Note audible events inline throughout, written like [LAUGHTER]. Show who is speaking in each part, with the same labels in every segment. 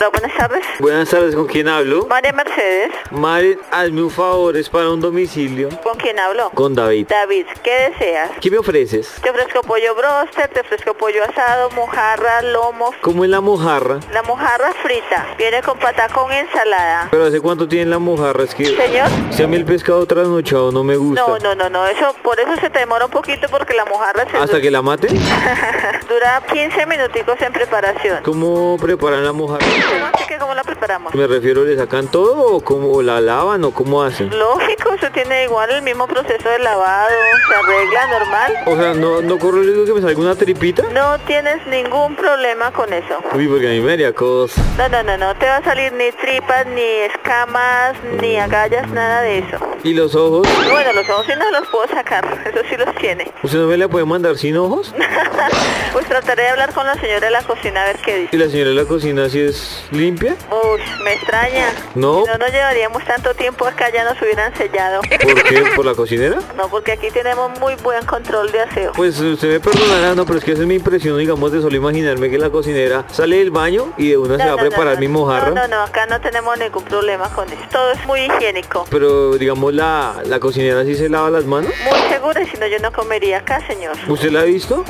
Speaker 1: Hola, buenas tardes.
Speaker 2: Buenas tardes, ¿con quién hablo?
Speaker 1: María Mercedes,
Speaker 2: Mari, hazme un favor, es para un domicilio.
Speaker 1: ¿con quién hablo?
Speaker 2: Con David.
Speaker 1: David, ¿qué deseas?
Speaker 2: ¿Qué me ofreces?
Speaker 1: Te ofrezco pollo broster, te ofrezco pollo asado, mojarra, lomo.
Speaker 2: ¿Cómo es la mojarra?
Speaker 1: La mojarra frita, viene con patacón y ensalada.
Speaker 2: ¿Pero hace cuánto tienen la mojarra? Es que
Speaker 1: Señor,
Speaker 2: si a mí el pescado trasnochado no me gusta.
Speaker 1: no, no, no, no, eso, por eso se te demora un poquito porque la mojarra se
Speaker 2: ¿Hasta que la maten?
Speaker 1: [LAUGHS] dura 15 minuticos en preparación.
Speaker 2: ¿Cómo preparan la mojarra?
Speaker 1: Así que ¿Cómo la preparamos?
Speaker 2: Me refiero, ¿le sacan todo o cómo o la lavan o cómo hacen?
Speaker 1: Lógico, eso tiene igual el mismo proceso de lavado, se arregla normal.
Speaker 2: O sea, ¿no, no corro el riesgo de que me salga una tripita?
Speaker 1: No tienes ningún problema con eso.
Speaker 2: Uy, porque a mí me haría cosa.
Speaker 1: No, no, no, no te va a salir ni tripas, ni escamas, ni agallas, nada de eso.
Speaker 2: ¿Y los ojos?
Speaker 1: Bueno, los ojos sí no los puedo sacar, [LAUGHS] eso sí los tiene. [LAUGHS]
Speaker 2: ¿Usted no me la puede mandar sin ojos?
Speaker 1: Pues trataré de hablar con la señora de la cocina a ver qué
Speaker 2: ¿Y
Speaker 1: dice.
Speaker 2: la señora de la cocina si es limpia?
Speaker 1: Uy, me extraña.
Speaker 2: No.
Speaker 1: No nos llevaríamos tanto tiempo acá, ya nos hubieran sellado.
Speaker 2: ¿Por qué? ¿Por la cocinera?
Speaker 1: No, porque aquí tenemos muy buen control de aseo.
Speaker 2: Pues usted me perdonará, no, pero es que esa es mi impresión, digamos, de solo imaginarme que la cocinera sale del baño y de una se va
Speaker 1: No, no,
Speaker 2: a
Speaker 1: no,
Speaker 2: preparar
Speaker 1: no,
Speaker 2: mi
Speaker 1: no.
Speaker 2: mojarra.
Speaker 1: No, no, no, acá no tenemos ningún problema con eso. Todo es muy higiénico.
Speaker 2: Pero digamos, la, la cocinera sí se lava las manos.
Speaker 1: Muy segura, si no yo no comería acá, señor. [LAUGHS]
Speaker 2: ¿Usted la ha visto?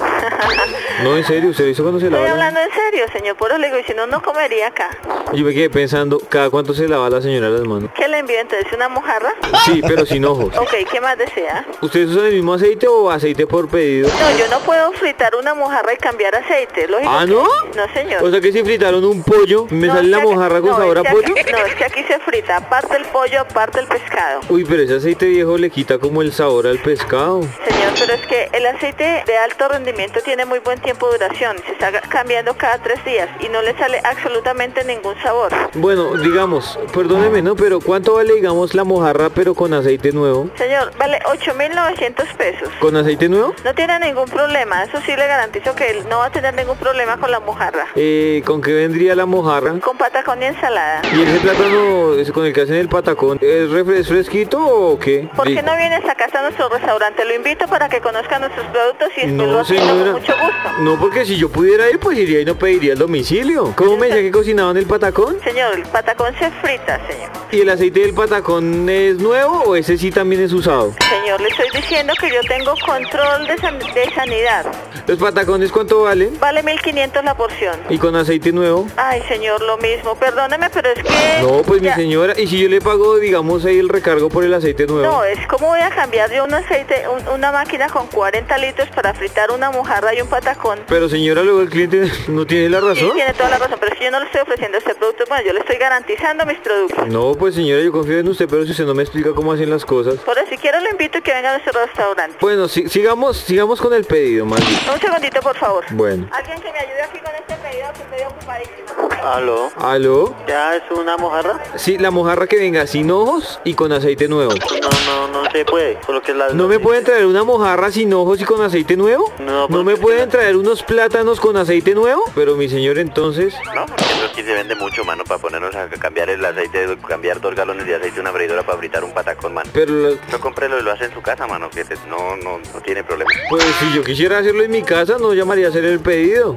Speaker 2: No, en serio, ¿usted ha visto cuando se
Speaker 1: Estoy
Speaker 2: lava? las
Speaker 1: hablando en serio, señor. Por eso le digo, y si no, no comería acá.
Speaker 2: manos? Yo me quedé pensando, ¿cada cuánto se lava la señora las manos?
Speaker 1: ¿Qué le envío entonces? ¿Una mojarra?
Speaker 2: Sí, pero sin ojos.
Speaker 1: Ok, ¿qué más desea?
Speaker 2: ¿Ustedes usan el mismo aceite o aceite por pedido?
Speaker 1: No, yo no puedo fritar una mojarra y cambiar aceite, lógico.
Speaker 2: ¿Ah,
Speaker 1: que
Speaker 2: no?
Speaker 1: sí. No, señor.
Speaker 2: O sea que si fritaron un pollo, ¿me
Speaker 1: No,
Speaker 2: sale
Speaker 1: es
Speaker 2: la
Speaker 1: que aquí-
Speaker 2: mojarra con
Speaker 1: no,
Speaker 2: sabor a
Speaker 1: es que aquí-
Speaker 2: pollo?
Speaker 1: No, es que aquí se frita, aparte el pollo, aparte el pescado.
Speaker 2: Uy, pero ese aceite viejo le quita como el sabor al pescado.
Speaker 1: Señor, pero es que el aceite de alto rendimiento tiene muy buen tiempo de duración, se está ga- cambiando cada tres días y no le sale absolutamente ningún sabor.
Speaker 2: Bueno, digamos, perdóneme, ¿no? Pero ¿cuánto vale, digamos, la mojarra pero con aceite nuevo?
Speaker 1: Señor, vale 8.900 pesos.
Speaker 2: ¿Con aceite nuevo?
Speaker 1: No tiene ningún problema, eso sí le garantizo que él no va a tener ningún problema con la mojarra.
Speaker 2: Eh, ¿Con qué vendría la mojarra?
Speaker 1: Con patacón y ensalada.
Speaker 2: ¿Y ese plátano es con el que hacen el patacón? ¿Es, refres- fresquito o qué?
Speaker 1: ¿Por qué
Speaker 2: Di-
Speaker 1: no vienes acá hasta nuestro restaurante? Lo invito para que conozca nuestros productos y después lo
Speaker 2: No,
Speaker 1: atiendo
Speaker 2: señora.
Speaker 1: con mucho gusto.
Speaker 2: No, porque si yo pudiera ir, pues iría y no pediría el domicilio. ¿Cómo me decía que cocinaban el patacón?
Speaker 1: Señor, el patacón se frita, señor.
Speaker 2: ¿Y el aceite del patacón es nuevo o ese sí también es usado?
Speaker 1: Señor, le estoy diciendo que yo tengo control de, san- de sanidad.
Speaker 2: ¿Los patacones cuánto valen?
Speaker 1: Vale 1.500 la porción.
Speaker 2: ¿Y con aceite nuevo?
Speaker 1: Ay, señor, lo mismo. Perdóneme, pero es que...
Speaker 2: No, pues mi
Speaker 1: ya-
Speaker 2: señora, ¿y si yo le pago, digamos, ahí el recargo por el aceite nuevo?
Speaker 1: No, es como voy a cambiar yo un aceite, un- una máquina con 40 litros para fritar una mojarra y un patacón.
Speaker 2: Pero señora, luego el cliente no tiene la
Speaker 1: Sí,
Speaker 2: razón.
Speaker 1: tiene toda la razón, pero es que yo no le estoy ofreciendo este producto. Bueno, yo le estoy garantizando mis productos.
Speaker 2: No, pues señora, yo confío en usted, pero si usted no me explica cómo hacen las cosas.
Speaker 1: Por eso, si quiero, lo invito a que venga a nuestro restaurante.
Speaker 2: Bueno, si- sigamos, sigamos con el pedido, Mari.
Speaker 1: Un segundito, por favor.
Speaker 2: Bueno.
Speaker 1: Alguien que me ayude aquí con este pedido, que estoy ocupadísimo.
Speaker 3: Aló,
Speaker 2: ¿Aló?
Speaker 3: ¿ya es una mojarra?
Speaker 2: Sí, la mojarra que venga sin ojos y con aceite nuevo.
Speaker 3: No, no, no se puede, por lo que la...
Speaker 2: ¿No me pueden traer una mojarra sin ojos y con aceite nuevo?
Speaker 3: No,
Speaker 2: ¿No me
Speaker 3: porque-
Speaker 2: pueden traer unos plátanos con aceite nuevo? Pero mi señor, entonces...
Speaker 3: No, porque eso aquí se vende mucho, mano, para ponernos a cambiar el aceite, cambiar dos galones de aceite, una freidora para fritar un patacón, mano.
Speaker 2: Pero, la-
Speaker 3: No cómprelo y lo hace en su casa, mano, que te- no, no, no tiene problema.
Speaker 2: pues si yo quisiera hacerlo en mi casa, no llamaría a hacer el pedido.